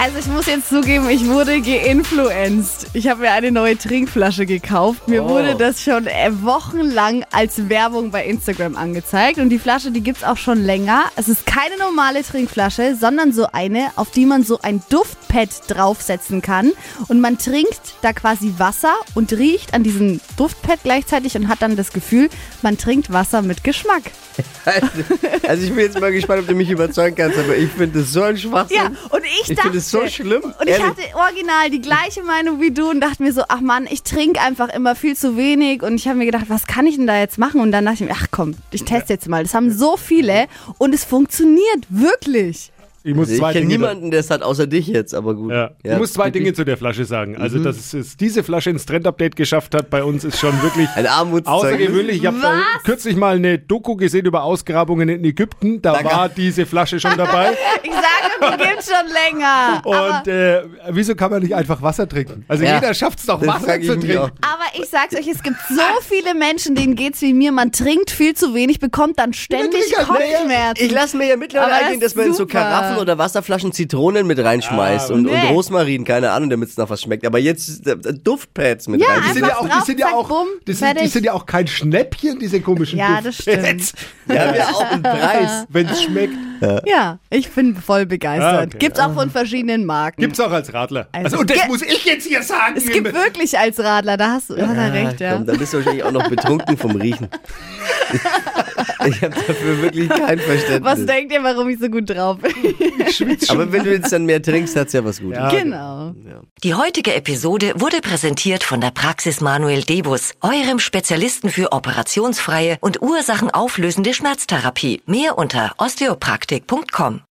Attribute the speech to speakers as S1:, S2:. S1: Also ich muss jetzt zugeben, ich wurde geinfluenced. Ich habe mir eine neue Trinkflasche gekauft. Mir wurde das schon äh, wochenlang als Werbung bei Instagram angezeigt. Und die Flasche, die gibt's auch schon länger. Es ist keine normale Trinkflasche, sondern so eine, auf die man so ein Duftpad draufsetzen kann. Und man trinkt da quasi Wasser und riecht an diesem Duftpad gleichzeitig und hat dann das Gefühl, man trinkt Wasser mit Geschmack.
S2: Also, also ich bin jetzt mal gespannt, ob du mich überzeugen kannst, aber ich finde das so ein Schwachsinn.
S1: Ja, und ich,
S2: Ich
S1: dachte.
S2: finde es so schlimm,
S1: Und ich
S2: ehrlich.
S1: hatte original die gleiche Meinung wie du und dachte mir so, ach Mann, ich trinke einfach immer viel zu wenig. Und ich habe mir gedacht, was kann ich denn da jetzt machen? Und dann dachte ich mir, ach komm, ich teste jetzt mal. Das haben so viele und es funktioniert wirklich.
S3: Ich muss
S2: Also ich
S3: zwei
S2: kenne
S3: Dinge
S2: niemanden, der es hat, außer dich jetzt, aber gut.
S3: Ja.
S2: Ja, Mhm.
S3: Ich muss zwei
S2: wirklich.
S3: Dinge zu der Flasche sagen. Also, dass es, es diese Flasche ins Trend-Update geschafft hat, bei uns ist schon wirklich
S2: Ein Armutszeugnis.
S3: außergewöhnlich. Ich habe
S1: Was?
S3: kürzlich mal eine Doku gesehen über Ausgrabungen in Ägypten. Da
S2: Danke.
S3: war diese Flasche schon dabei.
S1: Ich sage, die gibt schon länger.
S3: Und äh, wieso kann man nicht einfach Wasser trinken? Also,
S2: Ja.
S3: jeder schafft es doch,
S2: Das
S3: Wasser
S2: frage
S3: zu
S2: ich mich auch.
S3: trinken.
S1: Aber ich sag's euch, es gibt so viele Menschen, denen geht's wie mir. Man trinkt viel zu wenig, bekommt dann ständig
S3: Natürlich, Alter.
S1: Kopfschmerzen.
S2: Ich lasse mir ja mittlerweile
S1: Aber das
S2: eingehen, dass
S1: ist
S2: man in so
S1: super.
S2: Karaffen oder Wasserflaschen Zitronen mit reinschmeißt
S3: Ah,
S2: und,
S1: nee.
S2: und Rosmarin, keine Ahnung, damit es nach was schmeckt. Aber jetzt äh, Duftpads mit
S1: Ja, also
S2: rein.
S3: Die
S1: einfach
S3: sind, ja auch, die,
S1: drauf,
S3: sind ja
S1: zack,
S3: auch,
S1: bumm,
S3: die, sind, die
S1: fertig.
S3: sind ja auch kein Schnäppchen, diese komischen
S1: Ja, das
S3: Duftpads.
S2: Die haben ja auch einen Preis.
S3: Wenn es schmeckt,
S1: Ja, ich bin voll begeistert.
S3: Ah, okay.
S1: Gibt's auch von verschiedenen Marken.
S3: gibt es auch als Radler.
S1: Also,
S3: Also, und das
S1: ge-
S3: muss ich jetzt hier sagen.
S1: es gibt wirklich als Radler, da hast du hat er recht, ja.
S2: Ah, Komm, da bist du wahrscheinlich auch noch betrunken vom Riechen. Ich habe dafür wirklich kein Verständnis.
S1: Was denkt ihr, warum ich so gut drauf bin?
S2: Aber wenn du jetzt dann mehr trinkst, hat's ja was Gutes.
S3: Ja.
S1: genau.
S4: Die heutige Episode wurde präsentiert von der Praxis Manuel Debus, eurem Spezialisten für operationsfreie und ursachenauflösende Schmerztherapie. Mehr unter osteopraktik.com.